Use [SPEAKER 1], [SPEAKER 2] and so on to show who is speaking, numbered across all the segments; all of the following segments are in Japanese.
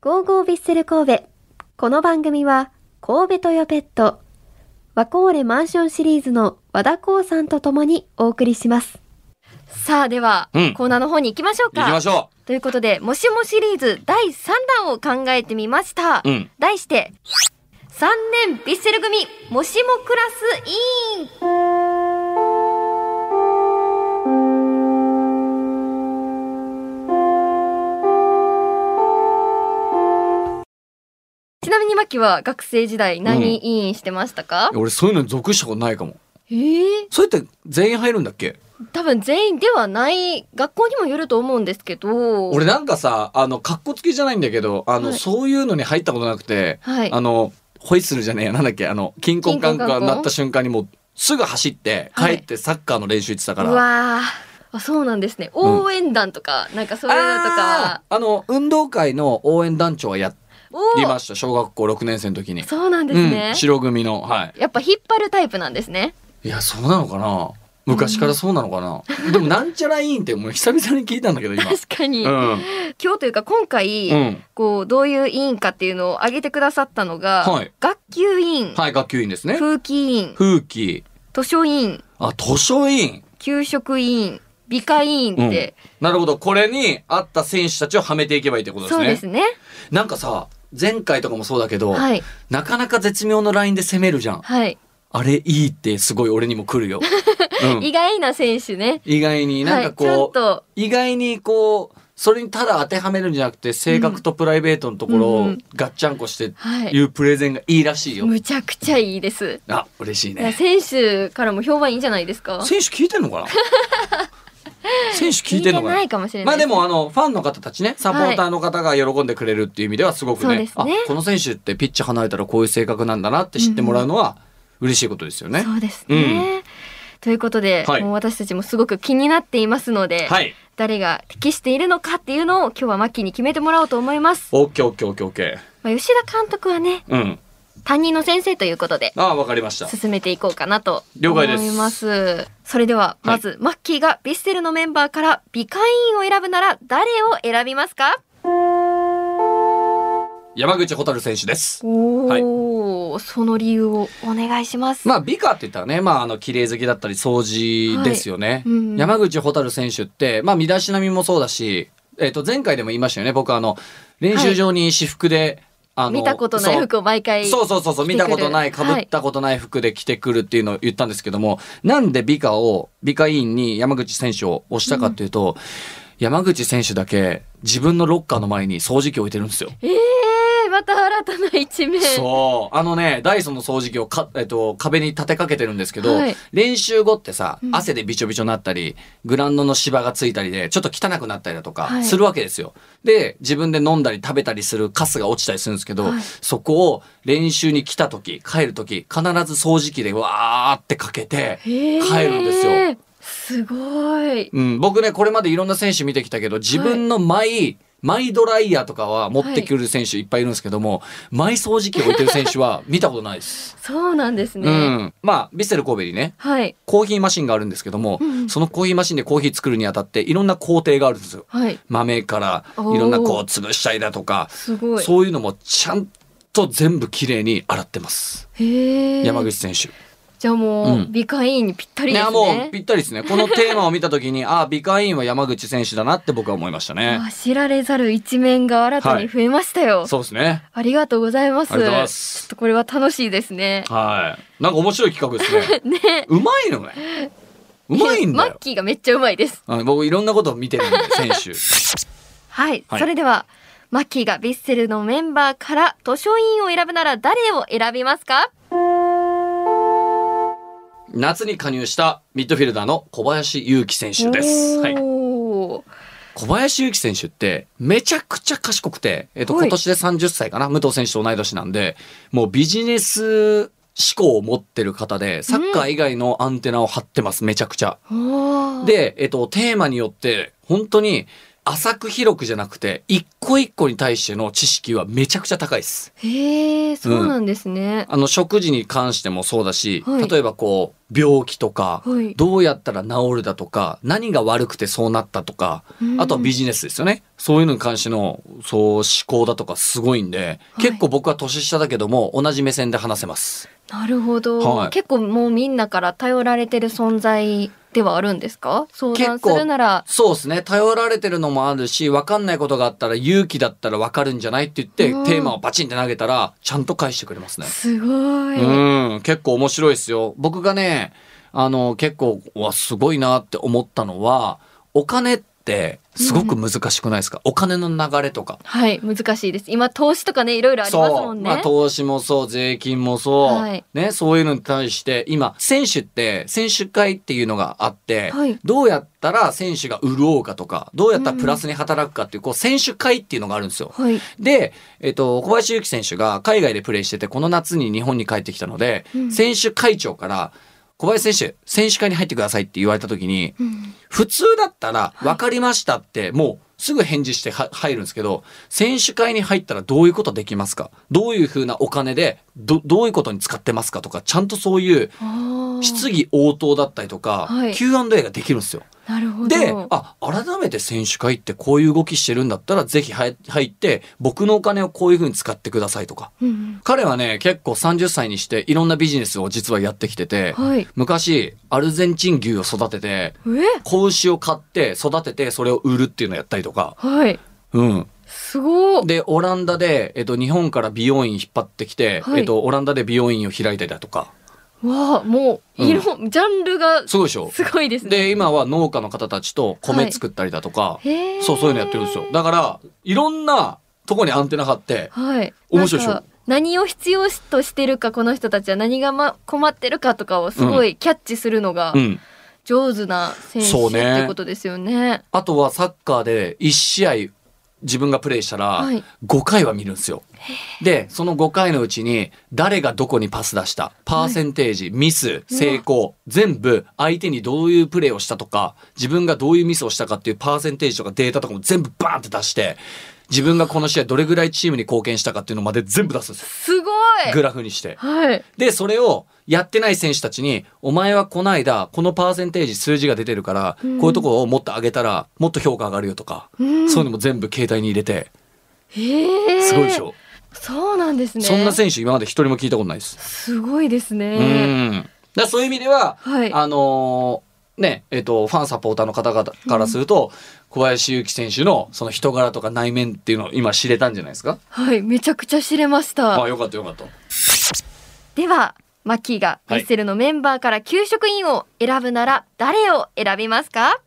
[SPEAKER 1] ゴーゴービッセル神戸。この番組は、神戸トヨペット、ワコーレマンションシリーズの和田光さんとともにお送りします。さあ、では、
[SPEAKER 2] うん
[SPEAKER 1] コーナーの方に行きましょう
[SPEAKER 2] 行き
[SPEAKER 1] か
[SPEAKER 2] ま。しょ
[SPEAKER 1] ということで、もしもシリーズ第3弾を考えてみました。
[SPEAKER 2] う。うん。
[SPEAKER 1] 題して、3年ヴィッセル組、もしもクラス委員ちなみにマキは学生時代何委員してましたか、
[SPEAKER 2] 俺そういうのに属したことないかも。
[SPEAKER 1] ええ
[SPEAKER 2] それって全員入るんだっけ
[SPEAKER 1] 多分全員ではない学校にもよると思うんですけど。
[SPEAKER 2] 俺なんかさ、あの、格好つけじゃないんだけど、あの、
[SPEAKER 1] はい
[SPEAKER 2] そういうのに入ったことなくて、
[SPEAKER 1] はい。
[SPEAKER 2] あの、ホイッスルじゃねえや、なんだっけ、あの、金婚カン
[SPEAKER 1] 金婚カ
[SPEAKER 2] カ
[SPEAKER 1] ン
[SPEAKER 2] ン
[SPEAKER 1] カン
[SPEAKER 2] なった瞬間にもう、すぐ走って、帰
[SPEAKER 1] はい
[SPEAKER 2] ってサッカーの練習行ってたから。
[SPEAKER 1] うわーあそうなんですね応援団とか、なんかそういうのとかは
[SPEAKER 2] あーあの、運動会の応援団長はやっ
[SPEAKER 1] お
[SPEAKER 2] て
[SPEAKER 1] ー
[SPEAKER 2] ました、小学校6年生の時に。
[SPEAKER 1] そうなんです
[SPEAKER 2] う
[SPEAKER 1] ね
[SPEAKER 2] ん、、白組の、はい。
[SPEAKER 1] やっぱ引っ張るタイプなんですね
[SPEAKER 2] いや、そうなのかな昔からそうなのか な、でも、なんちゃら委員ってもう久々に聞いたんだけど、今。
[SPEAKER 1] 確かに、
[SPEAKER 2] うん。
[SPEAKER 1] 今日というか今回、
[SPEAKER 2] うん。
[SPEAKER 1] こうどういう委員かっていうのを挙げてくださったのが、
[SPEAKER 2] はい
[SPEAKER 1] 学級委員、
[SPEAKER 2] はい、学級委員ですね。
[SPEAKER 1] 風紀委員
[SPEAKER 2] 風紀。
[SPEAKER 1] 図書委員
[SPEAKER 2] あ、図書委員。
[SPEAKER 1] 給食委員美化委員って、
[SPEAKER 2] なるほど。これに合った選手たちをはめていけばいいってことです
[SPEAKER 1] そう
[SPEAKER 2] ね。
[SPEAKER 1] ですね
[SPEAKER 2] なんかさ、前回とかもそうだけど、
[SPEAKER 1] はい
[SPEAKER 2] なかなか絶妙のラインで攻めるじゃん。
[SPEAKER 1] はい、
[SPEAKER 2] あれいいってすごい俺にも来 るよ。うん
[SPEAKER 1] 意外な選手ね
[SPEAKER 2] 意外になんか
[SPEAKER 1] はい、ちょ
[SPEAKER 2] こ
[SPEAKER 1] っ
[SPEAKER 2] う、
[SPEAKER 1] と
[SPEAKER 2] 意外にこう、それにただ当てはめるんじゃなくて、性格とプライベートのところ
[SPEAKER 1] うんう
[SPEAKER 2] を
[SPEAKER 1] ん
[SPEAKER 2] ガッチャンコして
[SPEAKER 1] はい
[SPEAKER 2] いうプレゼンがいいらしいよ。
[SPEAKER 1] むちゃくちゃいいです
[SPEAKER 2] あ、嬉しい
[SPEAKER 1] いや
[SPEAKER 2] ね。
[SPEAKER 1] 選手からも評判いいんじゃないですか
[SPEAKER 2] 選手聞いてん のかな選手聞いてんのかな
[SPEAKER 1] ないかもしれ
[SPEAKER 2] ま
[SPEAKER 1] ない
[SPEAKER 2] あでもあのファンの方たちねサポーターの方が喜んでくれるっていう意味ではすごく
[SPEAKER 1] そう
[SPEAKER 2] ね,、
[SPEAKER 1] ですね
[SPEAKER 2] あこの選手ってピッチ離れたらこういう性格なんだなって知ってもらうのは嬉しいことですよね。
[SPEAKER 1] そうですね、ということで、
[SPEAKER 2] はい
[SPEAKER 1] もう私たちもすごく気になっていますので、
[SPEAKER 2] はい。
[SPEAKER 1] 誰が適しているのかっていうのを今日はマッキーに決めてもらおうと思います、
[SPEAKER 2] オッケーオッケーオッケーオッケ
[SPEAKER 1] まあ、吉田監督はね
[SPEAKER 2] ー。うん。
[SPEAKER 1] 担任の先生ということで
[SPEAKER 2] ああわかりました。
[SPEAKER 1] 進めていこうかなと
[SPEAKER 2] 了
[SPEAKER 1] 思
[SPEAKER 2] 解です
[SPEAKER 1] いますそれではまず、マッキーがヴィッセルのメンバーから美会員を選ぶなら誰を選びますか
[SPEAKER 2] 山口蛍選手です。
[SPEAKER 1] おお、その理由をお願いします、
[SPEAKER 2] まあ美化って言ったらね、まああの綺麗好きだったり掃除ですよね。
[SPEAKER 1] はいうん
[SPEAKER 2] 山口蛍選手ってまあ身だしなみもそうだし、えっ、と前回でも言いましたよね。僕あの練習場に私服で、あの
[SPEAKER 1] 見たことない
[SPEAKER 2] そう
[SPEAKER 1] 服を毎回
[SPEAKER 2] そうそうそうそう
[SPEAKER 1] 着て
[SPEAKER 2] 見
[SPEAKER 1] くる
[SPEAKER 2] たことないかぶったことない服で着てくるっていうのを言ったんですけども、なんで美化を美化委員に山口選手を押したかっていうと、山口選手だけ自分のロッカーの前に掃除機置いてるんですよ。
[SPEAKER 1] ええー、また新たな一面
[SPEAKER 2] そうあのねダイソンの掃除機をか、えっと、壁に立てかけてるんですけど、
[SPEAKER 1] はい
[SPEAKER 2] 練習後ってさ
[SPEAKER 1] うん
[SPEAKER 2] 汗でびちょびちょになったり、グラウンドの芝がついたりでちょっと汚くなったりだと
[SPEAKER 1] は
[SPEAKER 2] か
[SPEAKER 1] い
[SPEAKER 2] するわけですよ。で自分で飲んだり食べたりするカスが落ちたりするんですけど、
[SPEAKER 1] はい
[SPEAKER 2] そこを練習に来た時帰る時必ず掃除機でわーってかけて
[SPEAKER 1] へー
[SPEAKER 2] 帰るんですよ。
[SPEAKER 1] すごい。
[SPEAKER 2] うん、僕ね、これまでいろんな選手見てきたけど、自分のマイ、マイドライヤーとかは持ってくる選手いっぱいいるんですけども、マイ掃除機置いてる選手は見たことないです。
[SPEAKER 1] そうなんですね。
[SPEAKER 2] うん。まあ、ヴィッセル神戸にね、
[SPEAKER 1] はい。
[SPEAKER 2] コーヒーマシンがあるんですけども、
[SPEAKER 1] うんうん
[SPEAKER 2] そのコーヒーマシンでコーヒー作るにあたって、いろんな工程があるんですよ。
[SPEAKER 1] はい。
[SPEAKER 2] 豆から、い
[SPEAKER 1] おー
[SPEAKER 2] ろんなこう潰したりだとか、
[SPEAKER 1] すごい。
[SPEAKER 2] そういうのもちゃんと全部綺麗に洗ってます。
[SPEAKER 1] へえ。
[SPEAKER 2] 山口。選手。
[SPEAKER 1] じゃあもう、
[SPEAKER 2] うん
[SPEAKER 1] 美化委員にぴったり
[SPEAKER 2] い
[SPEAKER 1] です
[SPEAKER 2] や
[SPEAKER 1] ね。
[SPEAKER 2] もうぴったりですね。このテーマを見たときに、 ああ、美化委員は山口選手だなって僕は思いましたね。
[SPEAKER 1] あ知られざる一面が新たに増えましたよ。
[SPEAKER 2] そうですね。
[SPEAKER 1] ありがとうございます。
[SPEAKER 2] ありがとうござ
[SPEAKER 1] ち
[SPEAKER 2] いま
[SPEAKER 1] ょっ
[SPEAKER 2] す。
[SPEAKER 1] とこれは楽しいですね。。
[SPEAKER 2] はい。なんか面白い企画ですね
[SPEAKER 1] ね。
[SPEAKER 2] うまいのね。うまいんだ
[SPEAKER 1] マッ
[SPEAKER 2] よ。
[SPEAKER 1] キーがめっちゃうまいです。
[SPEAKER 2] うん僕いろんなことを見てるんで、選手。
[SPEAKER 1] はい、
[SPEAKER 2] はい
[SPEAKER 1] それではマッキーがヴィッセルのメンバーから図書委員を選ぶなら誰を選びますか
[SPEAKER 2] 夏に加入したミッドフィルダーの小林祐希選手です。はい。
[SPEAKER 1] おー
[SPEAKER 2] 小林祐希選手ってめちゃくちゃ賢くて、えっと、
[SPEAKER 1] はい
[SPEAKER 2] 今年で30歳かな、武藤選手と同い年なんで、もうビジネス思考を持ってる方で、サッカー以外のアンテナを張ってます、めちゃくちゃ。
[SPEAKER 1] おー
[SPEAKER 2] で、えっと、テーマによって、本当に浅く広くじゃなくて、一個一個に対しての知識はめちゃくちゃ高いです。
[SPEAKER 1] へえ、そうなんですね。
[SPEAKER 2] あの、食事に関してもそうだし、
[SPEAKER 1] はい
[SPEAKER 2] 例えばこう、病気とか、
[SPEAKER 1] はい
[SPEAKER 2] どうやったら治るだとか、何が悪くてそうなったとか、
[SPEAKER 1] うん
[SPEAKER 2] あとはビジネスですよね。そういうのに関しての、そう、思考だとかすごいんで、
[SPEAKER 1] はい
[SPEAKER 2] 結構僕は年下だけども、同じ目線で話せます。
[SPEAKER 1] なるほど、
[SPEAKER 2] はい
[SPEAKER 1] 結構もうみんなから頼られてる存在ではあるんですか相談
[SPEAKER 2] 結
[SPEAKER 1] す
[SPEAKER 2] 構
[SPEAKER 1] るなら。
[SPEAKER 2] そうですね。頼られてるのもあるし、わかんないことがあったら、勇気だったらわかるんじゃないって言って、
[SPEAKER 1] うん
[SPEAKER 2] テーマをバチンって投げたら、ちゃんと返してくれますね。
[SPEAKER 1] すごい。
[SPEAKER 2] うん、結構面白いですよ。僕がね、あの、結構、うわ、すごいなって思ったのは、お金ってすごく難しくないですか、お金の流れとか。
[SPEAKER 1] はい、難しいです。今投資とかね、いろいろあります
[SPEAKER 2] そ
[SPEAKER 1] も
[SPEAKER 2] う、
[SPEAKER 1] んね。
[SPEAKER 2] まあ投資もそう、税金もそう、
[SPEAKER 1] はい
[SPEAKER 2] ね、そういうのに対して、今、選手って、選手会っていうのがあって、
[SPEAKER 1] はい
[SPEAKER 2] どうやったら選手が潤うかとか、どうやったらプラスに働くかっていう、こう、選手会っていうのがあるんですよ。
[SPEAKER 1] はい。
[SPEAKER 2] で、えっと、小林祐希選手が海外でプレーしてて、この夏に日本に帰ってきたので、
[SPEAKER 1] うん
[SPEAKER 2] 選手会長から、小林選手、選手会に入ってくださいって言われた時に、
[SPEAKER 1] うん
[SPEAKER 2] 普通だったら、分かりましたって、もうすぐ返事しては入るんですけど、選手会に入ったらどういうことできますかどういうふうなお金で、ど、どういうことに使ってますかとか、ちゃんとそういう
[SPEAKER 1] あー
[SPEAKER 2] 質疑応答だったりとか、
[SPEAKER 1] はい
[SPEAKER 2] Q&A ができるんですよ。
[SPEAKER 1] なるほど。
[SPEAKER 2] で、あ、改めて選手会ってこういう動きしてるんだったら、ぜひ入入って、僕のお金をこういうふうに使ってくださいとか。
[SPEAKER 1] うん
[SPEAKER 2] 彼はね、結構30歳にして、いろんなビジネスを実はやってきてて、
[SPEAKER 1] はい。
[SPEAKER 2] 昔、アルゼンチン牛を育てて、
[SPEAKER 1] え
[SPEAKER 2] 子牛を買って、育てて、それを売るっていうのをやったりとか。
[SPEAKER 1] はい。
[SPEAKER 2] うん。
[SPEAKER 1] すごい。
[SPEAKER 2] で、オランダで、えっと、日本から美容院引っ張ってきて、
[SPEAKER 1] はい
[SPEAKER 2] えっと、オランダで美容院を開いたりだとか。
[SPEAKER 1] わあ、もう、
[SPEAKER 2] うん
[SPEAKER 1] いろ、ジャンルが
[SPEAKER 2] すごいでしょ
[SPEAKER 1] すごいですね。
[SPEAKER 2] で、今は農家の方たちと
[SPEAKER 1] は
[SPEAKER 2] 米
[SPEAKER 1] い
[SPEAKER 2] 作ったりだとか、
[SPEAKER 1] へー
[SPEAKER 2] そう、そういうのやってるんですよ。だから、いろんなとこにアンテナ張って、
[SPEAKER 1] はい。
[SPEAKER 2] 面白いでしょ
[SPEAKER 1] なんか何を必要としてるかこの人たちは何が、ま、困ってるかとかをすごいキャッチするのが
[SPEAKER 2] うん。
[SPEAKER 1] 上手な選手
[SPEAKER 2] そう
[SPEAKER 1] って
[SPEAKER 2] ね
[SPEAKER 1] いうことですよね。
[SPEAKER 2] あとはサッカーで1試合自分がプレイしたら
[SPEAKER 1] はい
[SPEAKER 2] 5回は見るんですよ。で、その5回のうちに誰がどこにパス出した、パーセンテージ、ミス、成功、全部相手にどういうプレーをしたとか、自分がどういうミスをしたかっていうパーセンテージとかデータとかも全部バーンって出して、自分がこの試合どれぐらいチームに貢献したかっていうのまで全部出すんですよ。
[SPEAKER 1] すご
[SPEAKER 2] グ
[SPEAKER 1] い
[SPEAKER 2] ラフにして。
[SPEAKER 1] はい。
[SPEAKER 2] で、それをやってない選手たちに、お前はこの間、このパーセンテージ数字が出てるから、
[SPEAKER 1] うん
[SPEAKER 2] こういうところをもっと上げたら、もっと評価上がるよとか、
[SPEAKER 1] うん
[SPEAKER 2] そういうのも全部携帯に入れて、
[SPEAKER 1] へえ。
[SPEAKER 2] すごいでしょ、
[SPEAKER 1] そうなんですね。
[SPEAKER 2] そんな選手今まで一人も聞いたことないです。
[SPEAKER 1] すごいですね。
[SPEAKER 2] うん。だからそういう意味では、
[SPEAKER 1] はい
[SPEAKER 2] あのーね、えっ、と、ファンサポーターの方々からすると、小林祐希選手のその人柄とか内面っていうのを今知れたんじゃないですか
[SPEAKER 1] はい、めちゃくちゃ知れました。
[SPEAKER 2] あ、よかったよかった。
[SPEAKER 1] では、マッキーが
[SPEAKER 2] は
[SPEAKER 1] ベ
[SPEAKER 2] い
[SPEAKER 1] ッセルのメンバーから給食員を選ぶなら誰を選びますか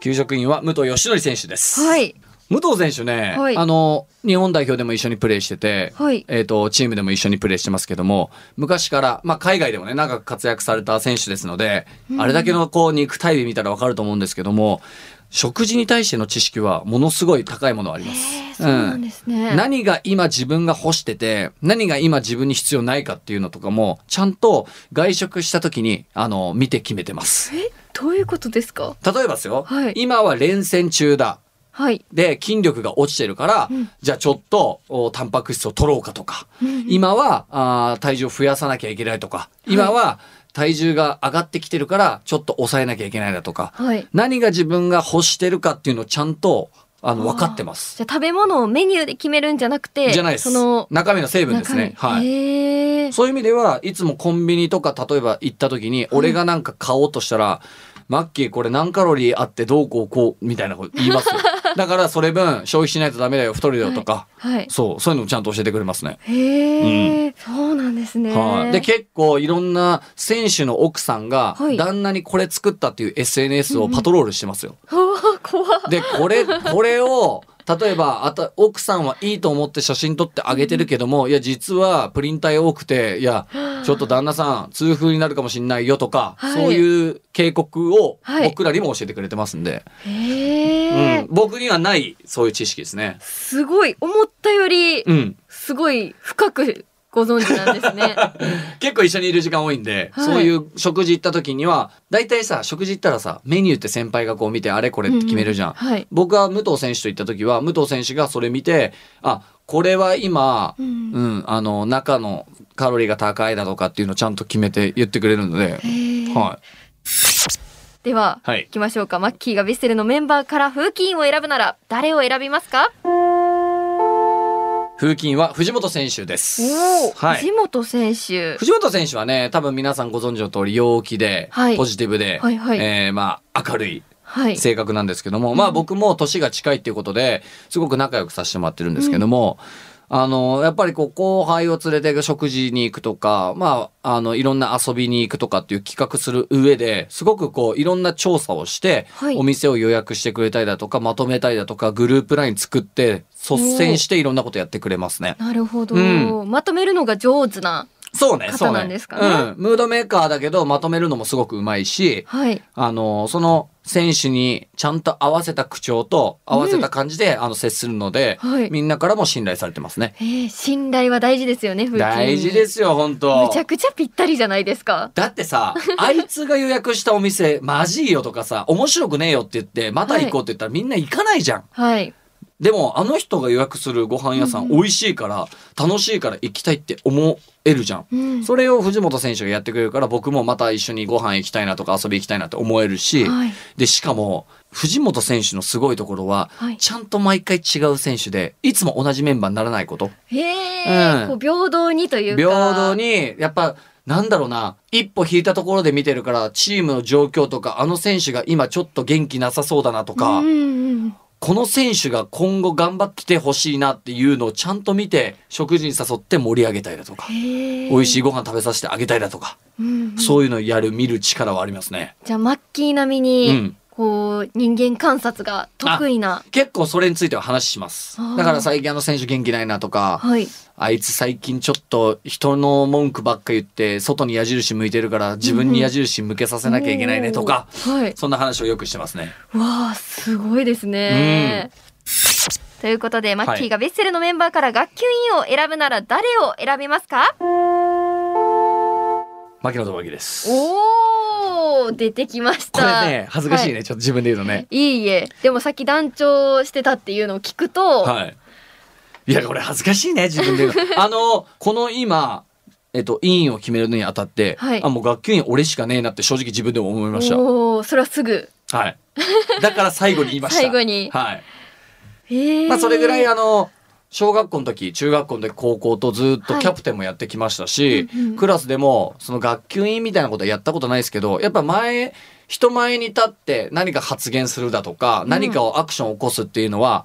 [SPEAKER 2] 給食員は武藤義則選手です。
[SPEAKER 1] はい。
[SPEAKER 2] 武藤選手ね、
[SPEAKER 1] はい
[SPEAKER 2] あの日本代表でも一緒にプレーしてて、
[SPEAKER 1] はい
[SPEAKER 2] えー、とチームでも一緒にプレーしてますけども昔から、まあ、海外でもね長く活躍された選手ですので、あれだけのこう肉体美見たら分かると思うんですけども食事に対しての知識はものすごい高いものはありま
[SPEAKER 1] えー、
[SPEAKER 2] す。
[SPEAKER 1] そうなんですね。
[SPEAKER 2] 何が今自分が欲してて、何が今自分に必要ないかっていうのとかも、ちゃんと外食した時に、あの、見て決めてます。
[SPEAKER 1] え、どういうことですか
[SPEAKER 2] 例えばですよ、
[SPEAKER 1] はい
[SPEAKER 2] 今は連戦中だ。
[SPEAKER 1] はい。
[SPEAKER 2] で、筋力が落ちてるから、
[SPEAKER 1] うん
[SPEAKER 2] じゃあちょっと、おタンパク質を取ろうかとか、
[SPEAKER 1] うん
[SPEAKER 2] 今はあー体重を増やさなきゃいけないとか、今は体重が上がってきてるから、ちょっと抑えなきゃいけないだとか、
[SPEAKER 1] はい。
[SPEAKER 2] 何が自分が欲してるかっていうのをちゃんと、あの、分かってま
[SPEAKER 1] あー
[SPEAKER 2] す。
[SPEAKER 1] じゃあ食べ物をメニューで決めるんじゃなくて、
[SPEAKER 2] じゃないです
[SPEAKER 1] その。
[SPEAKER 2] 中身の成分ですね。
[SPEAKER 1] 中身
[SPEAKER 2] はい。
[SPEAKER 1] へー
[SPEAKER 2] そういう意味ではいつもコンビニとか例えば行った時に俺がなんか買おうとしたら、マッキーこれ何カロリーあってどうこうこうみたいなこと言いますよ だからそれ分消費しないとダメだよ太るよとか、
[SPEAKER 1] はい。
[SPEAKER 2] そうそういうのもちゃんと教えてくれますね。
[SPEAKER 1] へえ、そうなんですね。
[SPEAKER 2] はい、で結構いろんな選手の奥さんが
[SPEAKER 1] はい
[SPEAKER 2] 旦那にこれ作ったっていう SNS をパトロールしてますよ。
[SPEAKER 1] うわ怖っ
[SPEAKER 2] で これこれを例えばあた奥さんはいいと思って写真撮ってあげてるけども、いや実はプリン体多くていやちょっと旦那さん痛風になるかもしんないよとか、
[SPEAKER 1] はい
[SPEAKER 2] そういう警告を
[SPEAKER 1] はい
[SPEAKER 2] 僕らにも教えてくれてますんで、
[SPEAKER 1] へえ、
[SPEAKER 2] うん、僕にはないそういう知識ですね。
[SPEAKER 1] すごい思ったより
[SPEAKER 2] うん
[SPEAKER 1] すごい深くご存知なんです ね。
[SPEAKER 2] 結構一緒にいる時間多いんで、
[SPEAKER 1] はい
[SPEAKER 2] そういう食事行った時には、大体さ、食事行ったらさ、メニューって先輩がこう見て、あれこれって決めるじゃん。
[SPEAKER 1] ううはい。
[SPEAKER 2] 僕は武藤選手と行った時は、武藤選手がそれ見て、あ、これは今、
[SPEAKER 1] う
[SPEAKER 2] うん
[SPEAKER 1] ん、
[SPEAKER 2] あの、中のカロリーが高いだとかっていうのをちゃんと決めて言ってくれるので、
[SPEAKER 1] へえ
[SPEAKER 2] は
[SPEAKER 1] では、
[SPEAKER 2] はい
[SPEAKER 1] 行きましょうか。マッキーがヴィッセルのメンバーから風紀委員を選ぶなら、誰を選びますか
[SPEAKER 2] い。風琴は藤本選手です。はい。
[SPEAKER 1] 藤本選手。
[SPEAKER 2] 藤本選手はね、多分皆さんご存知の通り、陽気で、
[SPEAKER 1] はい
[SPEAKER 2] ポジティブで、
[SPEAKER 1] はいはい
[SPEAKER 2] えーまあ、明るい
[SPEAKER 1] はい。
[SPEAKER 2] 性格なんですけども、まあ僕も年が近いっていうことで、すごく仲良くさせてもらってるんですけども、あの、やっぱりこう、後輩を連れて食事に行くとか、まあ、あの、いろんな遊びに行くとかっていう企画する上で、すごくこう、いろんな調査をして、
[SPEAKER 1] はい
[SPEAKER 2] お店を予約してくれたりだとか、まとめたりだとか、グループライン作って、率先していろんなことやってくれますね。
[SPEAKER 1] なるほど、
[SPEAKER 2] う
[SPEAKER 1] まとめるのが上手な。
[SPEAKER 2] そうね、そう
[SPEAKER 1] 方
[SPEAKER 2] ね。
[SPEAKER 1] なんですかね
[SPEAKER 2] うん。ムードメーカーだけど、まとめるのもすごくうまいし、
[SPEAKER 1] はい。
[SPEAKER 2] あの、その選手にちゃんと合わせた口調と合わせた感じで、あの、接するので、
[SPEAKER 1] はい
[SPEAKER 2] みんなからも信頼されてますね。
[SPEAKER 1] えー、信頼は大事ですよね、風紀委員。
[SPEAKER 2] 大事ですすよ、本
[SPEAKER 1] む
[SPEAKER 2] 当
[SPEAKER 1] ちゃくちゃぴったりじゃないですか。
[SPEAKER 2] だってさ、あいつが予約したお 店、マジいよとかさ、面白くねえよって言って、また行こうって言ったらみんな行かないじゃん。
[SPEAKER 1] はい。
[SPEAKER 2] でも、あの人が予約するご飯屋さん、美味しいから、楽しいから行きたいって思えるじゃん。
[SPEAKER 1] うん。
[SPEAKER 2] それを藤本選手がやってくれるから、僕もまた一緒にご飯行きたいなとか遊び行きたいなって思えるし、
[SPEAKER 1] はい。
[SPEAKER 2] で、しかも、藤本選手のすごいところは、
[SPEAKER 1] はい
[SPEAKER 2] ちゃんと毎回違う選手で、いつも同じメンバーにならないこと。
[SPEAKER 1] へえ、
[SPEAKER 2] うん
[SPEAKER 1] こう平等にというか。
[SPEAKER 2] 平等。に、やっぱ、なんだろうな、一歩引いたところで見てるから、チームの状況とか、あの選手が今ちょっと元気なさそうだなとか、
[SPEAKER 1] うんうん
[SPEAKER 2] この選手が今後頑張ってきてほしいなっていうのをちゃんと見て、食事に誘って盛り上げたいだとか、
[SPEAKER 1] うん。へえ。
[SPEAKER 2] 美味しい
[SPEAKER 1] い。
[SPEAKER 2] ご飯食べさせてあげたいだとか、
[SPEAKER 1] うんうん、
[SPEAKER 2] そういうのをやる、見る力はありますね。
[SPEAKER 1] じゃあ、マッキー並みに、
[SPEAKER 2] うん
[SPEAKER 1] こう、人間観察が得意な。
[SPEAKER 2] 結構それについては話します
[SPEAKER 1] あー。
[SPEAKER 2] だから最近あの選手元気ないなとか、
[SPEAKER 1] はい。
[SPEAKER 2] あいつ最近ちょっと人の文句ばっか言って、外に矢印向いてるから自分に矢印向けさせなきゃいけないねとか、
[SPEAKER 1] おー。はい。
[SPEAKER 2] そんな話をよくしてますね。
[SPEAKER 1] わあ、すごいですね。ということで、マッキーがベッセルのメンバーから学級委員を選ぶなら誰を選びますか
[SPEAKER 2] 牧野智之です。
[SPEAKER 1] おー出てきまし
[SPEAKER 2] こ
[SPEAKER 1] た。
[SPEAKER 2] れね、恥ずかしいね、
[SPEAKER 1] は
[SPEAKER 2] ちょっと自分で言うとね。
[SPEAKER 1] い、いいえ。でもさっき団長してたっていうのを聞くと、
[SPEAKER 2] はい。いや、これ恥ずかしいね、自分で言う の。あの、この今、えっと、委員を決めるのにあたって、
[SPEAKER 1] はい
[SPEAKER 2] あ、もう学級委員俺しかねえなって正直自分でも思いまし
[SPEAKER 1] おーそれはすぐ。
[SPEAKER 2] た。はい。だから最後に言いまし た。
[SPEAKER 1] 最後に
[SPEAKER 2] はい。
[SPEAKER 1] えー
[SPEAKER 2] まあそれぐらい
[SPEAKER 1] は
[SPEAKER 2] あの小学校の時中学校の時高校とずっと
[SPEAKER 1] はい
[SPEAKER 2] キャプテンもやってきましたし、
[SPEAKER 1] うんうん
[SPEAKER 2] クラスでもその学級委員みたいなことはやったことないですけどやっぱ前人前に立って何か発言するだとか、
[SPEAKER 1] ん
[SPEAKER 2] 何かをアクションを起こすっていうのは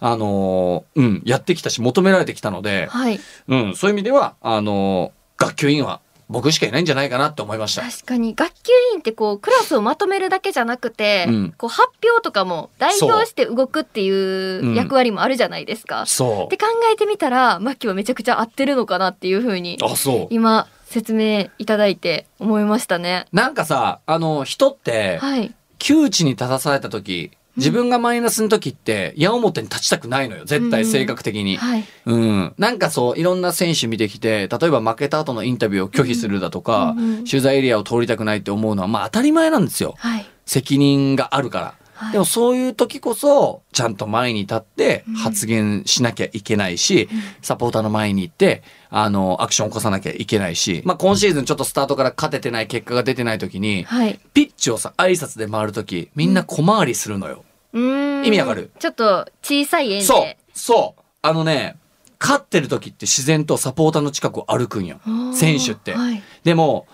[SPEAKER 2] あのーうんやってきたし求められてきたので、
[SPEAKER 1] い。
[SPEAKER 2] うん、そういう意味ではあのー学級委員は僕しかいないんじゃないかなって思いました。
[SPEAKER 1] 確かに学級委員ってこうクラスをまとめるだけじゃなくて、
[SPEAKER 2] うん
[SPEAKER 1] こう発表とかも代表して動くって
[SPEAKER 2] そうう
[SPEAKER 1] いうん役割もあるじゃないですか。
[SPEAKER 2] そ
[SPEAKER 1] って考えてみたらマッキーはめちゃくちゃ合ってるのかなっていうふうに
[SPEAKER 2] う。あ、そう。
[SPEAKER 1] 今説明いただいて思いましたね。
[SPEAKER 2] なんかさ、あの、人って、
[SPEAKER 1] はい。
[SPEAKER 2] 窮地に立たされた時自分がマイナスの時って矢面に立ちたくないのよ絶
[SPEAKER 1] う
[SPEAKER 2] 対
[SPEAKER 1] ん
[SPEAKER 2] 性格的に、
[SPEAKER 1] はい。
[SPEAKER 2] うんなんかそういろんな選手見てきて例えば負けた後のインタビューを拒否するだとか、
[SPEAKER 1] うんうんうん
[SPEAKER 2] 取材エリアを通りたくないって思うのはまあ当たり前なんですよ
[SPEAKER 1] はい。
[SPEAKER 2] 責任があるから、
[SPEAKER 1] はい
[SPEAKER 2] でもそういう時こそちゃんと前に立って
[SPEAKER 1] うん
[SPEAKER 2] 発言しなきゃいけないし、
[SPEAKER 1] ん
[SPEAKER 2] サポーターの前に行ってあのアクションを起こさなきゃいけないし、まあ、今シーズンちょっとスタートから勝ててない結果が出てない時に、
[SPEAKER 1] はい。
[SPEAKER 2] ピッチをさ、挨拶で回るとき、みんな小回りするのよ。
[SPEAKER 1] うーん
[SPEAKER 2] 意味わかる
[SPEAKER 1] ちょっと小さい円で。
[SPEAKER 2] そう、そう。あのね、勝ってるときって自然とサポーターの近くを歩くんよ
[SPEAKER 1] あ。ー
[SPEAKER 2] 選手って。
[SPEAKER 1] はい。
[SPEAKER 2] でも、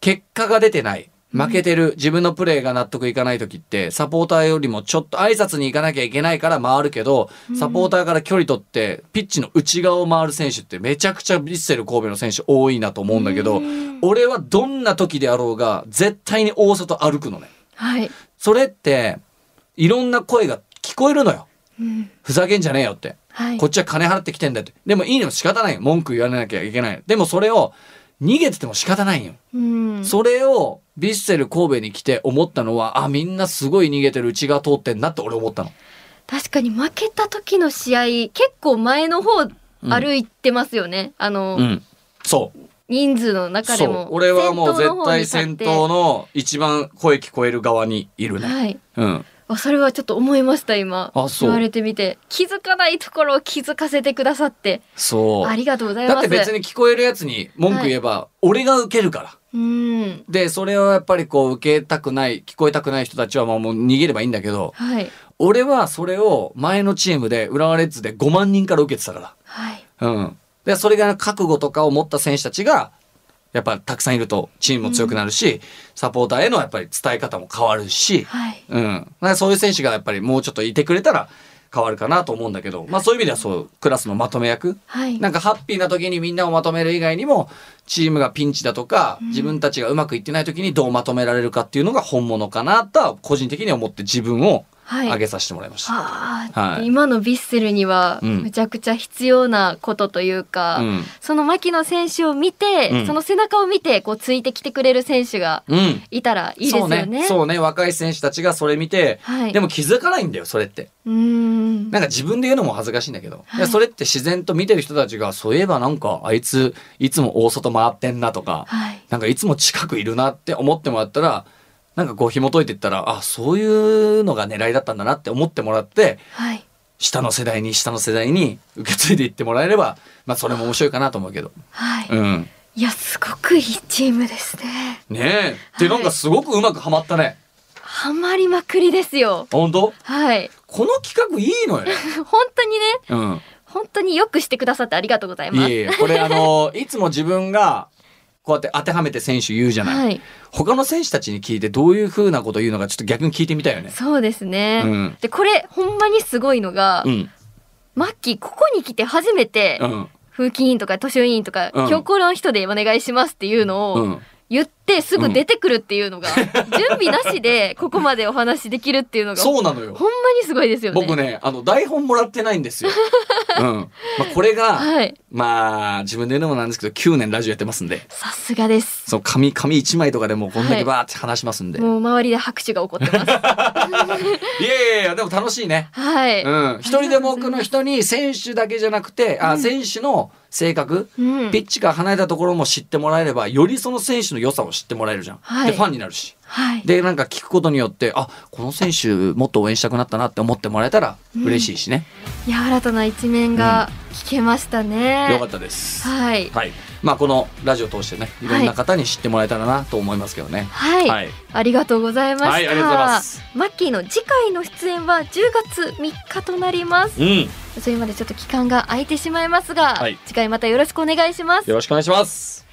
[SPEAKER 2] 結果が出てない。負けてる、自分のプレーが納得いかないときって、サポーターよりもちょっと挨拶に行かなきゃいけないから回るけど、サポーターから距離取って、ピッチの内側を回る選手ってめちゃくちゃヴィッセル神戸の選手多いなと思うんだけど、俺はどんな時であろうが、絶対に大外歩くのね。
[SPEAKER 1] はい。
[SPEAKER 2] それって、いろんな声が聞こえるのよ。
[SPEAKER 1] うん
[SPEAKER 2] ふざけんじゃねえよって。
[SPEAKER 1] はい。
[SPEAKER 2] こっちは金払ってきてんだって。でもいいのよ仕方ないよ。文句言われなきゃいけない。でもそれを逃げてても仕方ないよ。
[SPEAKER 1] うん。
[SPEAKER 2] それをヴィッセル神戸に来て思ったのは、あ、みんなすごい逃げてる内側通ってんなって俺思ったの。
[SPEAKER 1] 確かに負けた時の試合結構前の方歩いてますよね。あの、
[SPEAKER 2] うん。そう
[SPEAKER 1] 人数の中で
[SPEAKER 2] そう
[SPEAKER 1] も
[SPEAKER 2] 俺はもう絶対
[SPEAKER 1] 先
[SPEAKER 2] 先
[SPEAKER 1] 頭の
[SPEAKER 2] 頭の一番声聞こえる側にいる
[SPEAKER 1] 方に立って
[SPEAKER 2] ね、
[SPEAKER 1] はい
[SPEAKER 2] うん
[SPEAKER 1] あそれはちょっと思いました今
[SPEAKER 2] あそう
[SPEAKER 1] 言われてみて気づかないところを気づかせてくださって
[SPEAKER 2] そう
[SPEAKER 1] ありがとうございます
[SPEAKER 2] だって別に聞こえるやつに文句言えば、俺が受けるから
[SPEAKER 1] うん
[SPEAKER 2] でそれをやっぱりこう受けたくない聞こえたくない人たちはまあもう逃げればいいんだけど
[SPEAKER 1] はい
[SPEAKER 2] 俺はそれを前のチームで浦和レッズで5万人から受けてたか
[SPEAKER 1] はい
[SPEAKER 2] らうんでそれが覚悟とかを持った選手たちがやっぱたくさんいるとチームも強くなるし、サポーターへのやっぱり伝え方も変わるし、
[SPEAKER 1] はい
[SPEAKER 2] うん、だからそういう選手がやっぱりもうちょっといてくれたら変わるかなと思うんだけど、まあ、そういう意味ではそうクラスのまとめ役
[SPEAKER 1] はい
[SPEAKER 2] なんかハッピーな時にみんなをまとめる以外にもチームがピンチだとか自分たちがうまくいってない時にどうまとめられるかっていうのが本物かなとは個人的に思って自分を
[SPEAKER 1] はい
[SPEAKER 2] 上げさせてもらいました。
[SPEAKER 1] あー
[SPEAKER 2] はい
[SPEAKER 1] 今のヴィッセルには
[SPEAKER 2] うん
[SPEAKER 1] むちゃくちゃ必要なことというか、
[SPEAKER 2] うん
[SPEAKER 1] その牧野選手を見て、
[SPEAKER 2] うん
[SPEAKER 1] その背中を見てこうついてきてくれる選手が
[SPEAKER 2] うん
[SPEAKER 1] いたらいいですよね。
[SPEAKER 2] そうねそうね若い選手たちがそれ見て、
[SPEAKER 1] はい、
[SPEAKER 2] でも気づかないんだよそれって
[SPEAKER 1] うーん
[SPEAKER 2] なんか自分で言うのも恥ずかしいんだけど、
[SPEAKER 1] はい
[SPEAKER 2] いやそれって自然と見てる人たちがそういえばなんかあいついつも大外回ってんなとか、
[SPEAKER 1] はい
[SPEAKER 2] なんかいつも近くいるなって思ってもらったらなんかこう紐解いていったらあそういうのが狙いだったんだなって思ってもらって
[SPEAKER 1] はい
[SPEAKER 2] 下の世代に下の世代に受け継いでいってもらえれば、まあ、それも面白いかなと思うけど。
[SPEAKER 1] はい、
[SPEAKER 2] うん、
[SPEAKER 1] いやすごくいいチームですね。
[SPEAKER 2] ねえでなんかすごくうまくはまったね。
[SPEAKER 1] ハマりまくりですよ。
[SPEAKER 2] 本当
[SPEAKER 1] はい、
[SPEAKER 2] この企画いいのよ。
[SPEAKER 1] 本当にね
[SPEAKER 2] うん
[SPEAKER 1] 本当によくしてくださってありがとうござい
[SPEAKER 2] い
[SPEAKER 1] ま
[SPEAKER 2] え
[SPEAKER 1] す。
[SPEAKER 2] いえこれあのいつも自分がこうやって当てはめて選手言うじゃない、
[SPEAKER 1] はい
[SPEAKER 2] 他の選手たちに聞いてどういうふうなこと言うのかちょっと逆に聞いてみたいよね。
[SPEAKER 1] そうですね。
[SPEAKER 2] うん
[SPEAKER 1] でこれほんまにすごいのが、
[SPEAKER 2] うん
[SPEAKER 1] マッキーここに来て初めて、
[SPEAKER 2] うん
[SPEAKER 1] 風紀委員とか図書委員とか、
[SPEAKER 2] うん
[SPEAKER 1] 教皇の人でお願いしますっていうの
[SPEAKER 2] う
[SPEAKER 1] を
[SPEAKER 2] ん
[SPEAKER 1] 言ってすぐ出てくるっていうのが、 準備なしでここまでお話しできるっていうのがほん
[SPEAKER 2] そうなのよ
[SPEAKER 1] まにすごいですよね。
[SPEAKER 2] 僕ねあの台本もらってないんで すよ。うんまあ、これが、
[SPEAKER 1] はい
[SPEAKER 2] まあ自分で言うのもなんですけど9年ラジオやってますんで
[SPEAKER 1] さすがです。
[SPEAKER 2] その紙紙1枚とかでもうこんだ
[SPEAKER 1] は
[SPEAKER 2] け
[SPEAKER 1] い
[SPEAKER 2] バーって話しますんで、
[SPEAKER 1] もう周りで拍手が起こって ます。
[SPEAKER 2] い、やいやいやでも楽しいね。
[SPEAKER 1] はい。
[SPEAKER 2] うん、一人でも多くの人に選手だけじゃなくて、あ選手の性格、
[SPEAKER 1] うん
[SPEAKER 2] ピッチから離れたところも知ってもらえればよりその選手の良さを知ってもらえるじゃん、
[SPEAKER 1] はい
[SPEAKER 2] でファンになるし
[SPEAKER 1] はい。
[SPEAKER 2] でなんか聞くことによってあこの選手もっと応援したくなったなって思ってもらえたら嬉しいしね、
[SPEAKER 1] いや新たな一面が聞けましたね。
[SPEAKER 2] よかったです、
[SPEAKER 1] はい。
[SPEAKER 2] はいまあ、このラジオを通してねいろんな方に知ってもらえたらなと思いますけどね
[SPEAKER 1] はい、
[SPEAKER 2] はい
[SPEAKER 1] ありがとうございました。
[SPEAKER 2] はいありがとうございます
[SPEAKER 1] マッキーの次回の出演は10月3日となります。
[SPEAKER 2] うん
[SPEAKER 1] それまでちょっと期間が空いてしまいますが、
[SPEAKER 2] はい
[SPEAKER 1] 次回またよろしくお願いします。
[SPEAKER 2] よろしくお願いします